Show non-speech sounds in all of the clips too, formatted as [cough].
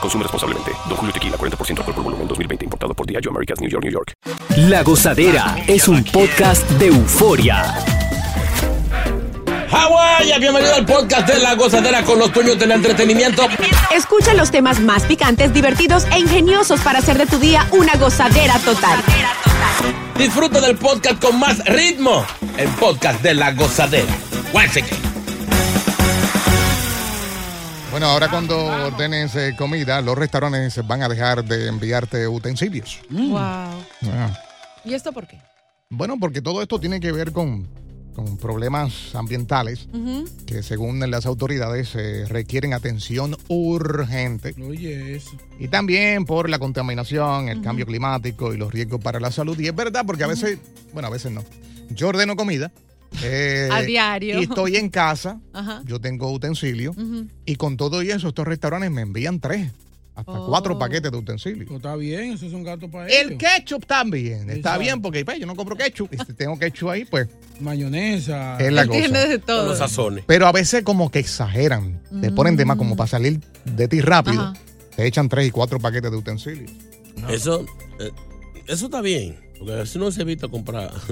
Consume responsablemente. Don Julio Tequila, 40% alcohol por volumen, 2020. Importado por Diageo Americas, New York, New York. La Gozadera es un podcast de euforia. Hawái, bienvenido al podcast de La Gozadera con los dueños del entretenimiento. Escucha los temas más picantes, divertidos e ingeniosos para hacer de tu día una gozadera total. Disfruta del podcast con más ritmo. El podcast de La Gozadera. Once again. Bueno, ahora cuando ordenes eh, comida, los restaurantes van a dejar de enviarte utensilios. Wow. Ah. ¿Y esto por qué? Bueno, porque todo esto tiene que ver con, con problemas ambientales que según las autoridades eh, requieren atención urgente. Oye, eso. Y también por la contaminación, el cambio climático y los riesgos para la salud. Y es verdad, porque a veces, bueno, a veces no. Yo ordeno comida. eh, [laughs] A diario. Y estoy en casa, Ajá. yo tengo utensilios. Ujú. Y con todo y eso, estos restaurantes me envían tres, hasta Oh. cuatro paquetes de utensilios. No Pues está bien, eso es un gato para El ellos. ketchup también. Está Exacto. bien, porque pues, yo no compro ketchup. Y si tengo ketchup ahí, pues Mayonesa. es la Tiene cosa. de Con todo. Mm. los sazones. Pero a veces como que exageran. Te ponen de más como para salir de ti rápido. Ajá. Te echan tres y cuatro paquetes de utensilios. Eso, eh, eso está bien. Porque si no se evita comprar. [laughs]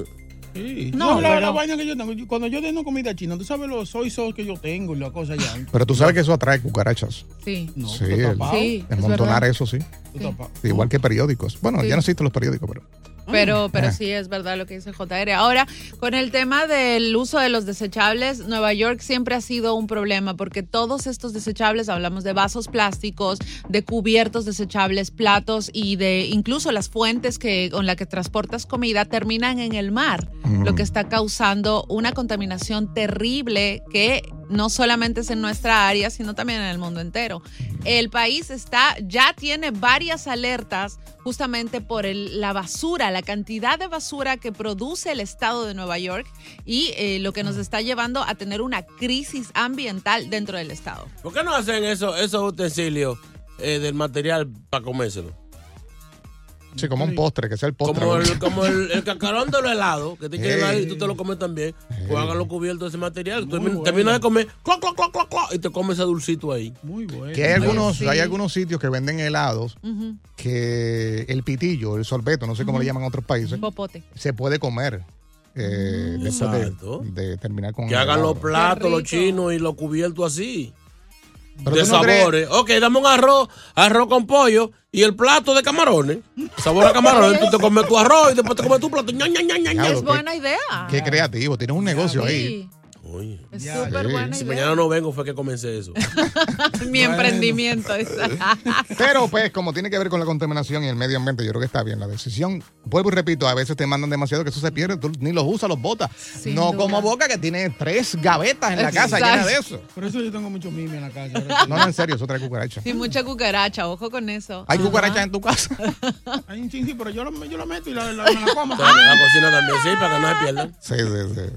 Sí. No, No, la, pero- la vaina que yo tengo. yo- Cuando yo tengo comida china, tú sabes los soy sauce que yo tengo y la cosa ya. Pero tú sabes que eso atrae cucarachas. Sí. No, Sí, tú el- tapado. Sí, es Enmontonar verdad. eso, sí. tú tapado. Igual que periódicos. Bueno, Sí. ya no existen los periódicos, pero... Pero, pero Ah. sí es verdad lo que dice JR. Ahora, con el tema del uso de los desechables, Nueva York siempre ha sido un problema porque todos estos desechables, hablamos de vasos plásticos, de cubiertos desechables, platos y de incluso las fuentes que con las que transportas comida terminan en el mar, Mm. lo que está causando una contaminación terrible que no solamente es en nuestra área, sino también en el mundo entero. Mm. El país está, ya tiene varias alertas justamente por el- la basura, la cantidad de basura que produce el estado de Nueva York y eh, lo que nos está llevando a tener una crisis ambiental dentro del estado. ¿Por qué no hacen eso, esos utensilios eh, del material para comérselo? Sí, como un postre, que sea el postre. Como el, como el, el cascarón de los helados que te queda ahí Ey. y tú te lo comes también. Ey. Pues hágalo cubierto de ese material. Muy Termina- bueno. Terminas de comer cloc, cloc, cloc, cloc, cloc, y te comes ese dulcito ahí. Muy bueno. Que hay algunos, sí. hay algunos sitios que venden helados Ujú. que el pitillo, el sorbeto, no sé cómo le llaman en otros países, Popote. Mm. se puede comer eh, después de- Exacto. de, terminar con Que el hagan los helado. platos, los rico. chinos y los cubiertos así. Pero de tú no crees- sabores. Ok, dame un arroz, arroz con pollo y el plato de camarones. Sabor a [laughs] camarones. tú te comes tu arroz y después te comes tu plato. Ña, ña, ña, ña, ña. Claro, Es qué- buena idea. Qué creativo, tienes un negocio ahí. Sí, Oye, es Ya, súper sí. [laughs] buena si idea. mañana no vengo fue que comencé eso. [laughs] Mi emprendimiento. esa. [laughs] Pero pues, como tiene que ver con la contaminación y el medio ambiente, yo creo que está bien la decisión. Vuelvo y repito, a veces te mandan demasiado que eso se pierde, tú ni los usas, los botas. Sin no duda. como boca que tiene tres gavetas en la casa Exacto. llena de eso. Por eso yo tengo mucho mime en la casa. No, no, en serio, eso trae cucaracha. Sí, mucha cucaracha, ojo con eso. Hay cucarachas en tu casa. Hay un chin, sí, pero yo lo, yo lo meto y la, la- me [laughs] la como. O sea, en la cocina también, sí, para que no se pierdan. Sí, sí, sí.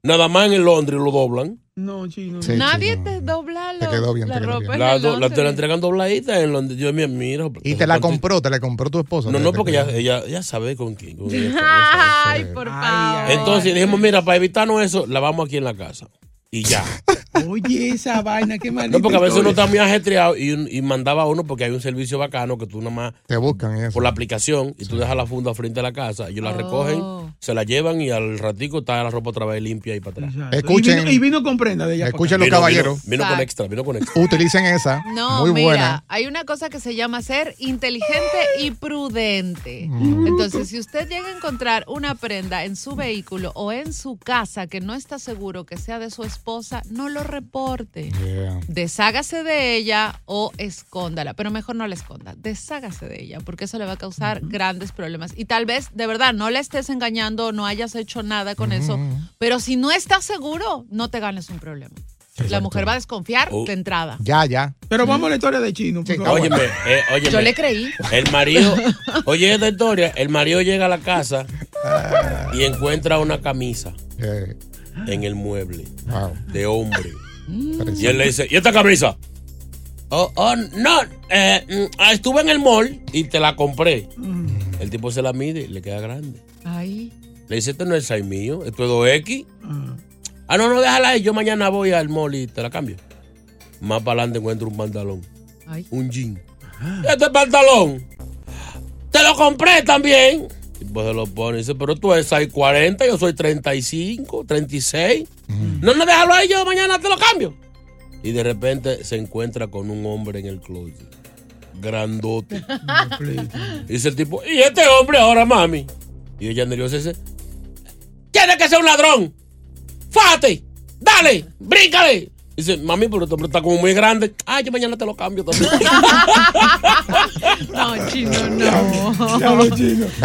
Nada más en Londres lo doblan. No, chino. Sí. Nadie no. te dobla Te lo- quedó bien, la te quedó ropa bien. en La, el do- la- te la laundry. entregan dobladita en Londres. Yo, mira, mira. Y te la ¿cuánto- compró, te la compró tu esposa. No, Te- no, te- porque ella, ella, ella sabe con [laughs] quién. con quién está, ella sabe. Ay, por favor. Entonces dijimos, mira, para evitarnos eso, la vamos aquí en la casa. Y [laughs] ya. Oye, esa vaina, qué maldita No, porque a veces uno historia. está muy ajetreado y, un- y mandaba a uno porque hay un servicio bacano que tú nada más Te buscan y eso. por la aplicación y tú dejas la funda frente a la casa, ellos la Oh. recogen, se la llevan y al ratico está la ropa otra vez limpia y para atrás. Exacto. Escuchen. Y vino, y vino con prenda de ella. para Escuchen acá. los caballeros. Vino, vino con Exacto. extra, vino con extra. Utilicen esa. No, Muy mira, buena. hay una cosa que se llama ser inteligente y prudente. Mm. Entonces, si usted llega a encontrar una prenda en su vehículo o en su casa que no está seguro que sea de su esposa, no lo reporte. Yeah. Deshágase de ella o escóndala, pero mejor no la esconda, deshágase de ella, porque eso le va a causar grandes problemas. Y tal vez, de verdad, no la estés engañando, no hayas hecho nada con eso, Mm. pero si no estás seguro, no te ganes un problema. La mujer va a desconfiar Oh. de entrada. Ya, ya. Pero vamos a la historia de chino. Sí, porque- está bueno. Óyeme, eh, óyeme. Yo le creí. El marido, [laughs] oye esta historia, el marido llega a la casa Ah. y encuentra una camisa Eh, en el mueble wow. de hombre. Mm. Eh, Parece- Y él le dice, ¿y esta camisa? Oh, oh, no, eh, mm, ah, estuve en el mall y te la compré. [laughs] El tipo se la mide y le queda grande. Ay, Le dice, esto no es el mío, esto es 2X. Ah, no, no, déjala ahí, yo mañana voy al mall y te la cambio. Más para adelante encuentro un pantalón, ay. un jean. Este pantalón, te lo compré también. Y pues se lo pone y dice, pero tú eres 640, yo soy 35, 36. No, no, déjalo ahí, yo mañana te lo cambio. Y de repente se encuentra con un hombre en el closet. Grandote. Y dice el tipo, ¿y este hombre ahora, mami? Y ella nerviosa dice, tiene que ser un ladrón. Fájate, dale, bríncale. Dice, mami, pero este hombre está como muy grande. Ay, yo mañana te lo cambio también. No, chino, no.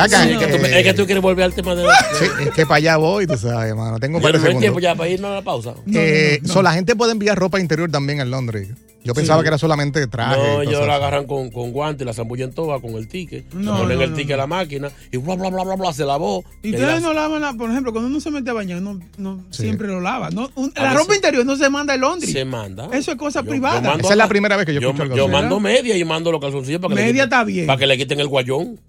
Acá, Sí, es, que tú, es que tú quieres volver al tema de... Sí, es que para allá voy, tú sabes, hermano. Tengo un Ya par de no hay tiempo segundos. ya para irnos a la pausa. Eh, so, la gente puede enviar ropa interior también en Londres. Yo pensaba que era solamente traje. y No, cosas ellos la así. agarran con, con guante y la zambullen toda con el ticket. No, le ponen no, el no, ticket a la máquina y bla, bla, bla, bla, bla, se lavó. Y le ustedes das- no lavan, la- por ejemplo, cuando uno se mete a bañar, no, no Sí. siempre lo lava. No, un- A la veces- ropa interior no se manda a Londres. Se manda. Eso es cosa Yo- yo privada. mando a- yo, algo Yo así. mando media y mando los calzoncillos para que, Media le, quiten, está bien. para que le quiten el guayón.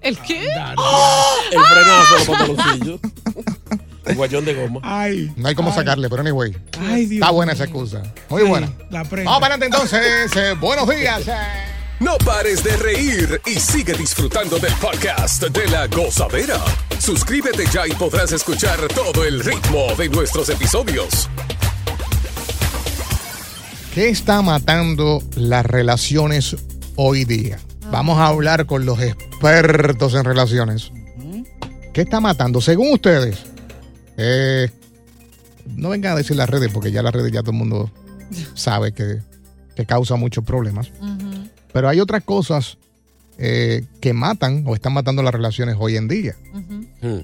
¿El qué? [laughs] El frenazo de los pantaloncillos. El guayón de goma. Ay. No hay cómo sacarle, pero anyway. Ay, Dios. Está buena esa excusa. Muy buena. La prenda. Vamos para adelante entonces. Eh, buenos [laughs] días. No pares de reír y sigue disfrutando del podcast de la gozadera. Suscríbete ya y podrás escuchar todo el ritmo de nuestros episodios. ¿Qué está matando las relaciones hoy día? Vamos a hablar con los expertos en relaciones. ¿Qué está matando? Según ustedes. Eh, no vengan a decir las redes, porque ya las redes ya todo el mundo sabe que, que causa muchos problemas. Pero hay otras cosas eh, que matan o están matando las relaciones hoy en día.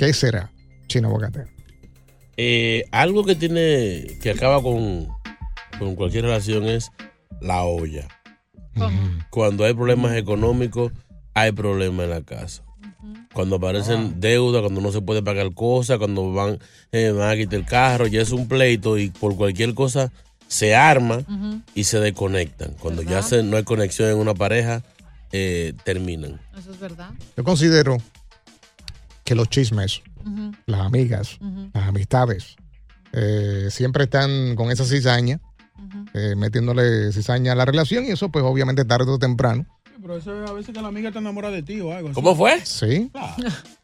¿Qué será, Chino Bocatero? Eh, algo que tiene, que acaba con, con cualquier relación es la olla. Cuando hay problemas económicos, hay problemas en la casa. Cuando aparecen deudas, cuando no se puede pagar cosas, cuando van, eh, van a quitar el carro, ya es un pleito y por cualquier cosa se arma y se desconectan. Cuando ya se- no hay conexión en una pareja, eh, terminan. Eso es verdad. Yo considero que los chismes, Ujú. las amigas, las amistades, eh, siempre están con esa cizaña, eh, metiéndole cizaña a la relación y eso pues obviamente tarde o temprano. Pero eso es a veces que la amiga está enamorada de ti o algo así. Sí.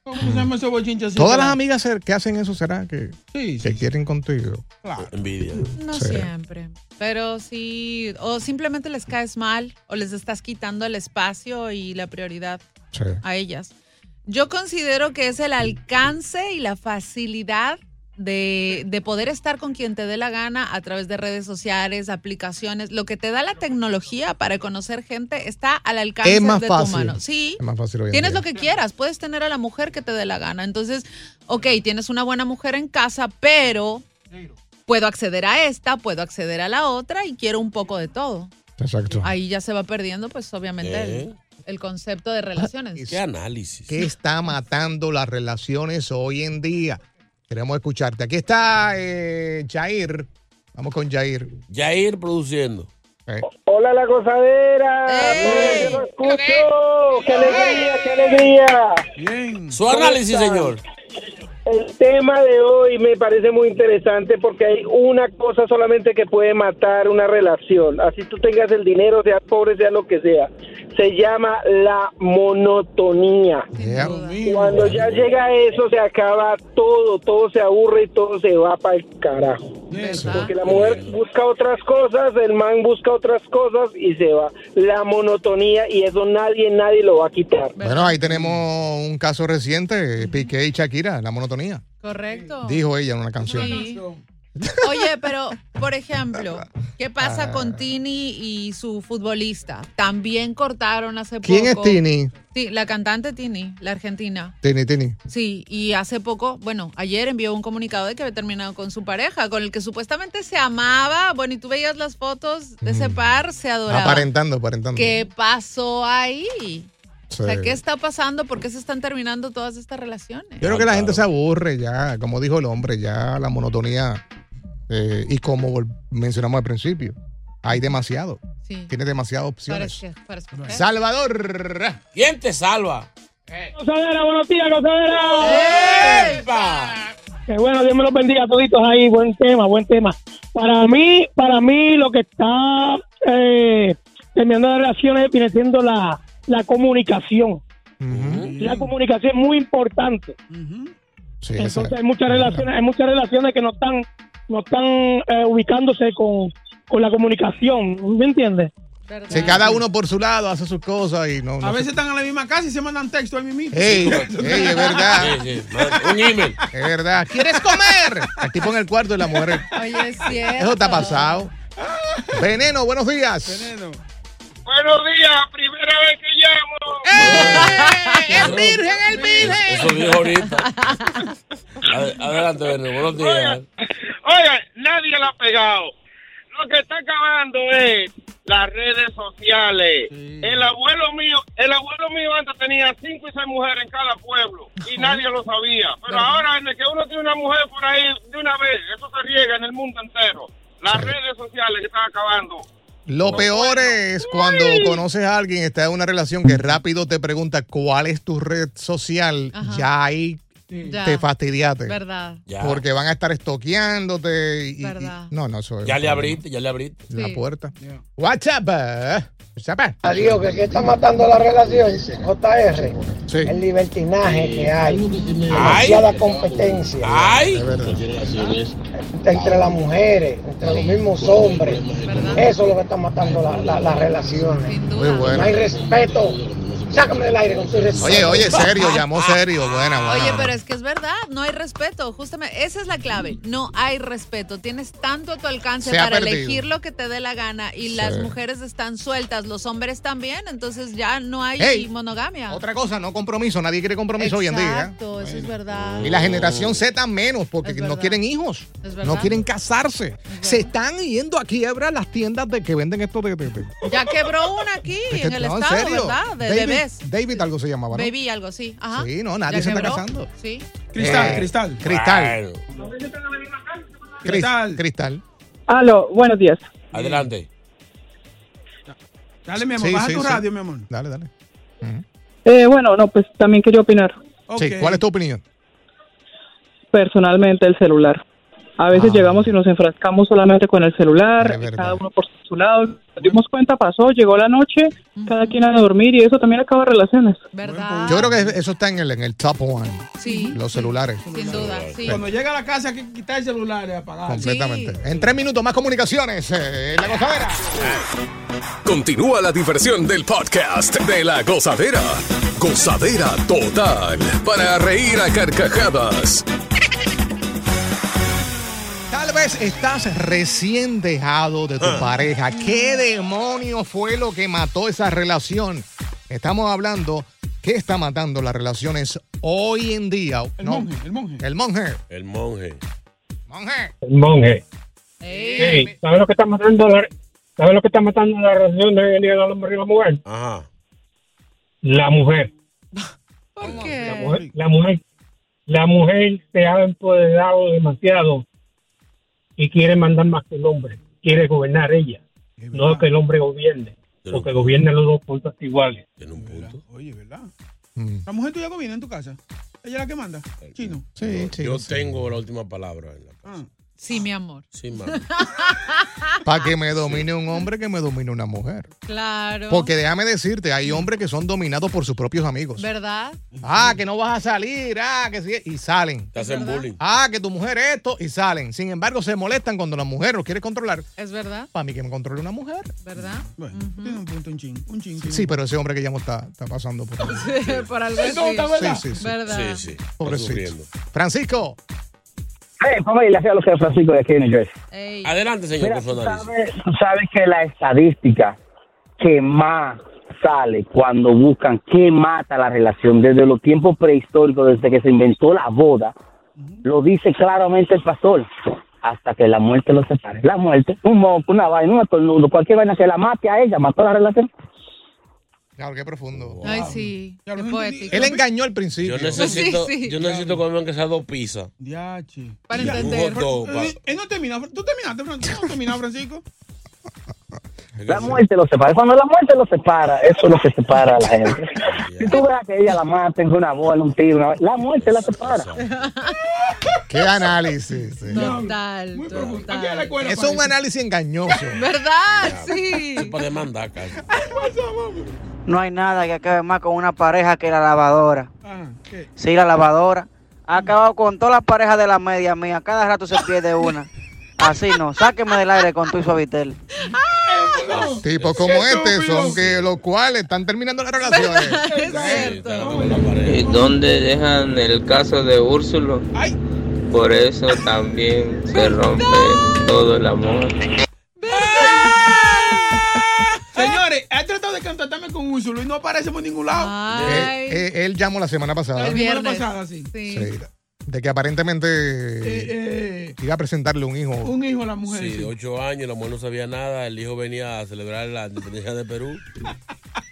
¿Cómo se llama ese bochinche así? Todas las amigas ser- que hacen eso será que Sí, se quieren contigo. Envidia. No Sí. siempre. Pero sí, o simplemente les caes mal o les estás quitando el espacio y la prioridad Sí. a ellas. Yo considero que es el alcance y la facilidad de, de poder estar con quien te dé la gana a través de redes sociales, aplicaciones. Lo que te da la tecnología para conocer gente está al alcance Es más de tu fácil. mano. Sí. Es más fácil hoy en Tienes día. lo que quieras, puedes tener a la mujer que te dé la gana. Entonces, ok, tienes una buena mujer en casa, pero puedo acceder a esta, puedo acceder a la otra y quiero un poco de todo. Exacto. Ahí ya se va perdiendo, pues obviamente, el- Eh. el, concepto de relaciones. ¿Qué análisis? ¿Qué está matando las relaciones hoy en día? Queremos escucharte. Aquí está eh, Jair. Vamos con Jair. Jair produciendo. Hola la gozadera, Mira, yo lo escucho, qué alegría, qué alegría. Su análisis, ¿Cómo señor. El tema de hoy me parece muy interesante porque hay una cosa solamente que puede matar una relación, así tú tengas el dinero, seas pobre, sea lo que sea, se llama la monotonía. Cuando ya llega eso se acaba todo, todo se aburre y todo se va para el carajo. Porque la mujer busca otras cosas, el man busca otras cosas y se va. La monotonía y eso nadie, nadie lo va a quitar. Bueno, ahí tenemos un caso reciente, Piqué y Shakira, la monotonía. Correcto. Dijo ella en una canción. Sí. Oye, pero, por ejemplo, ¿qué pasa Ah. con Tini y su futbolista? También cortaron hace poco. ¿Quién es Tini? Sí, la cantante Tini, la argentina. Tini, Tini. Sí, y hace poco, bueno, ayer envió un comunicado de que había terminado con su pareja, con el que supuestamente se amaba. Bueno, y tú veías las fotos de Mm. ese par, se adoraba. Aparentando, aparentando. ¿Qué pasó ahí? Sí. O sea, ¿qué está pasando? ¿Por qué se están terminando todas estas relaciones? Yo creo que la gente se aburre ya, como dijo el hombre, ya la monotonía. eh, y como vol- mencionamos al principio, hay demasiado. Sí. Tiene demasiadas opciones. Parece, parece. Salvador. ¿Quién te salva? Gozadera, buenos días, ¡Eh! gozadera. ¡Epa! Que bueno, Dios me los bendiga a toditos ahí. Buen tema, buen tema. Para mí, para mí lo que está eh, terminando las relaciones viene siendo la, la comunicación. La comunicación es muy importante. Sí, esa- Entonces hay muchas relaciones, hay muchas relaciones que no están, no están eh, ubicándose con, con la comunicación, ¿me entiendes? Sí, cada uno por su lado hace sus cosas y no. no A se- veces están en la misma casa y se mandan texto al mismo. Ey, ey, es verdad. pues. Un email. Es verdad. ¿Quieres comer? El tipo en el cuarto y la mujer. Oye, es cierto. Eso está pasado. Veneno, buenos días. Veneno. Buenos días, primera vez que ¡Eh! llamo. ¡Es virgen, es virgen! Eso dijo [laughs] ahorita. Ad- Adelante, Benny. Buenos días. Oigan, nadie la ha pegado. Lo que está acabando es las redes sociales. El abuelo mío, el abuelo mío antes tenía cinco y seis mujeres en cada pueblo y nadie lo sabía. Pero ahora desde que uno tiene una mujer por ahí de una vez, eso se riega en el mundo entero. Las redes sociales que están acabando. Lo peor es cuando conoces a alguien, está en una relación que rápido te pregunta cuál es tu red social, Ajá. ya ahí Ya. te fastidiaste. Verdad. Porque van a estar estoqueándote. Y, y- Verdad. no, no, eso es- Ya le abriste, ya le abriste. La Sí. puerta. WhatsApp. eh. WhatsApp. Adiós, que aquí está matando la relación, JR. Sí. El libertinaje que hay. Ay. Ah. Demasiada competencia. Ay. Entre las mujeres, entre los mismos hombres. Eso es lo que está matando la- la- las relaciones. Muy bueno. No hay respeto. Sácame del aire con tu respeto. Oye, oye, serio, llamó serio. Buena, buena. Oye, pero es que es verdad, no hay respeto, justamente, esa es la clave, no hay respeto, tienes tanto a tu alcance Se ha para perdido. elegir lo que te dé la gana y Sí. las mujeres están sueltas, los hombres también, entonces ya no hay Ey, monogamia. Otra cosa, no compromiso. Nadie quiere compromiso Exacto, hoy en día. ¿eh? eso es verdad. Y la generación Z menos, porque no quieren hijos, Es verdad. no quieren casarse. Se están yendo a quiebra las tiendas de que venden esto de... de- de- Ya quebró una [laughs] aquí de que- en el Este no, estado, serio. ¿verdad? De David, bebés. David algo se llamaba, ¿no? Baby, algo así. Ajá. Sí, no, nadie Ya se está quebró. casando. Sí. Cristal, cristal. Eh, Cristal. Cristal. Cristal. Aló, buenos días. Adelante. Dale, mi amor, Sí, baja sí, tu sí. radio, mi amor. Dale, dale. Eh, bueno, no, pues también quería opinar Sí, ¿cuál es tu opinión? personalmente el celular. A Ah. veces llegamos y nos enfrascamos solamente con el celular, cada uno por su lado. Nos dimos cuenta, pasó, llegó la noche, cada quien a dormir y eso también acaba relaciones. ¿Verdad? Yo creo que eso está en el, en el top one. Sí. Los celulares. Sin duda, sí. Cuando llega a la casa hay que quitar el celular y apagar. Completamente. En tres minutos, más comunicaciones. eh, la gozadera. Continúa la diversión del podcast de la gozadera. Gozadera total. Para reír a carcajadas. Tal vez estás recién dejado de tu pareja. ¿Qué demonio fue lo que mató esa relación? Estamos hablando qué está matando las relaciones hoy en día. El monje, el monje. El monje. El monje. El monje. Ey, ¿Sabes lo que está matando la, ¿sabes lo que está matando la relación de hoy en día del hombre y la mujer? Ajá. La mujer. La mujer, la mujer, la mujer se ha empoderado demasiado y quiere mandar más que el hombre. Quiere gobernar ella. No que el hombre gobierne. Porque gobiernan los dos puntos iguales. Oye, ¿verdad? Mm. La mujer tuya viene en tu casa. Ella es la que manda. Chino. Ah. Sí, Yo tengo la última palabra. Sí, mi amor. Sí, [laughs] mami. Para que me domine un hombre, que me domine una mujer. Claro. Porque déjame decirte, hay hombres que son dominados por sus propios amigos. ¿Verdad? Ah, que no vas a salir, ah, que sí, y salen. Te hacen bullying. Ah, que tu mujer esto, y salen. Sin embargo, se molestan cuando la mujer los quiere controlar. [laughs] Es verdad. Para mí que me controle una mujer. ¿Verdad? Bueno, tiene un punto, un chin. Un chin. Sí, pero ese hombre que llamo está, está pasando [laughs] por [laughs] por algo así. Sí, sí, sí. ¿Verdad? Sí, sí. Pobrecito. Francisco. Hey, familia, sea lo que Francisco de aquí en New Jersey. Adelante, señor, Mira, con su tú análisis. sabes- tú sabes que la estadística que más sale cuando buscan qué mata la relación desde los tiempos prehistóricos, desde que se inventó la boda, lo dice claramente el pastor, hasta que la muerte los separe. La muerte, un moco, una vaina, un estornudo, cualquier vaina que la mate a ella, mató la relación. Claro, qué profundo. Ay, sí. Qué poético. Él engañó al principio. Yo necesito, Sí, sí. yo necesito comer aunque sea dos pizzas. Para Ya, un entender. hot dog, pa- Eh, no termina. Fran- ¿Tú terminaste, [laughs] Francisco? ¿No terminaste, [laughs] Francisco? La muerte los separa. Cuando la muerte los separa, eso es lo que separa a la gente. Si tú ves que ella la maten con una bola, un tiro, una- la muerte la separa. Qué análisis. sí. Total, total. Eso es un análisis engañoso. ¿Verdad? Sí. Para demandar, casi. No hay nada que acabe más con una pareja que la lavadora. Ah, Sí, la lavadora. Ha acabado con todas las parejas de la media mía. Cada rato se pierde una. Así no. Sáqueme del aire con tu suavitel. Tipos como este son que los cuales están terminando las relaciones. [laughs] ¿Y dónde dejan el caso de Úrsulo? Por eso también se rompe todo el amor. Señores, he tratado de contactarme con Úrsulo y no aparece por ningún lado. Eh, eh, él llamó la semana pasada. El viernes pasada, sí. Sí, de que aparentemente Eh, eh, iba a presentarle un hijo. un hijo a la mujer. Sí, sí. ocho años, la mujer no sabía nada, el hijo venía a celebrar la independencia de Perú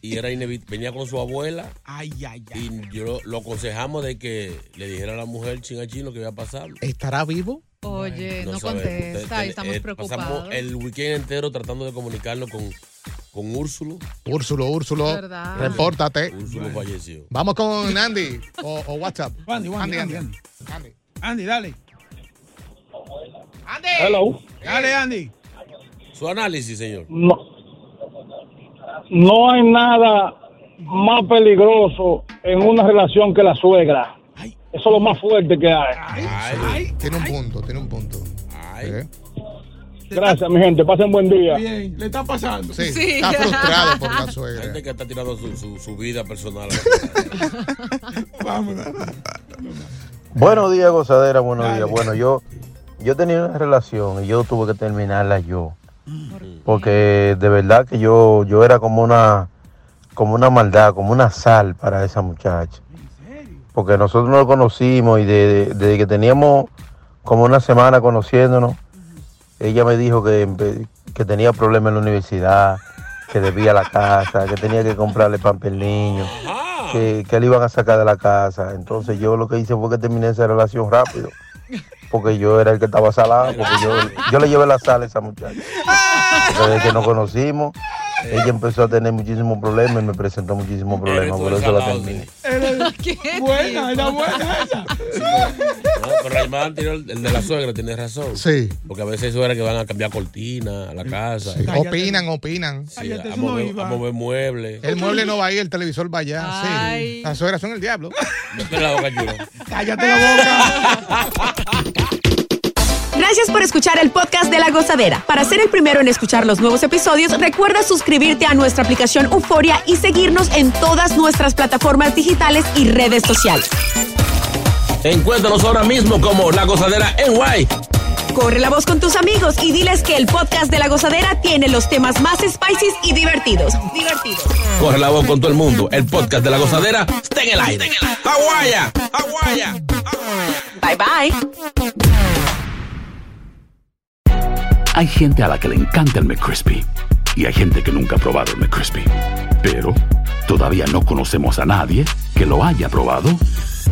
y era inevit- venía con su abuela Ay, ay, ay. y yo lo, lo aconsejamos de que le dijera a la mujer ching a chin lo que iba a pasar. ¿Estará vivo? Oye, Eh, no, sabemos. contesta Ustedes- y estamos eh, preocupados. Pasamos el weekend entero tratando de comunicarnos con, con Úrsulo. Úrsulo, Úrsulo, ¿Verdad? repórtate. Úrsulo falleció. Vamos con Andy o, o WhatsApp. Andy, Andy, Andy. Andy, dale. Andy. Hello. Dale, Andy. Su análisis, señor. No, no hay nada más peligroso en una relación que la suegra. Eso es lo más fuerte que hay. Tiene un punto, tiene un punto. ¿Eh? Gracias, mi gente. Pasen buen día. Bien, le está pasando. Sí, está frustrado por [laughs] la suegra. Gente que está tirando su, su- su vida [laughs] personal. Vámonos. [laughs] Buenos días, gozadera, buenos días. Bueno, yo, yo tenía una relación y yo tuve que terminarla yo. Porque de verdad que yo, yo era como una, como una maldad, como una sal para esa muchacha. Porque nosotros nos conocimos y de- de- desde que teníamos como una semana conociéndonos, ella me dijo que, empe- que tenía problemas en la universidad, que debía la casa, que tenía que comprarle pan para el niño, que, que le iban a sacar de la casa. Entonces yo lo que hice fue que terminé esa relación rápido, porque yo era el que estaba salado, porque yo, yo le llevé la sal a esa muchacha. Porque Desde que nos conocimos, ella empezó a tener muchísimos problemas y me presentó muchísimos problemas, por eso la terminé. buena, era buena esa. No, pero el más anterior, el de la suegra, tiene razón. Sí. Porque a veces hay suegras que van a cambiar cortina a la casa. Sí, Opinan, opinan. Sí, a, mover, a mover muebles. El mueble no va ahí, el televisor va allá. Sí. Las suegras son el diablo. Mete la boca, Yuro. Cállate la boca. Gracias por escuchar el podcast de La Gozadera. Para ser el primero en escuchar los nuevos episodios, recuerda suscribirte a nuestra aplicación Euforia y seguirnos en todas nuestras plataformas digitales y redes sociales. Encuéntranos ahora mismo como La Gozadera en Guay. Corre la voz con tus amigos y diles que el podcast de La Gozadera tiene los temas más spicy y divertidos. Divertidos. Corre la voz con todo el mundo. El podcast de La Gozadera está en el aire. ¡Aguaya! ¡Aguaya! Bye bye. Hay gente a la que le encanta el McCrispy y hay gente que nunca ha probado el McCrispy. Pero todavía no conocemos a nadie que lo haya probado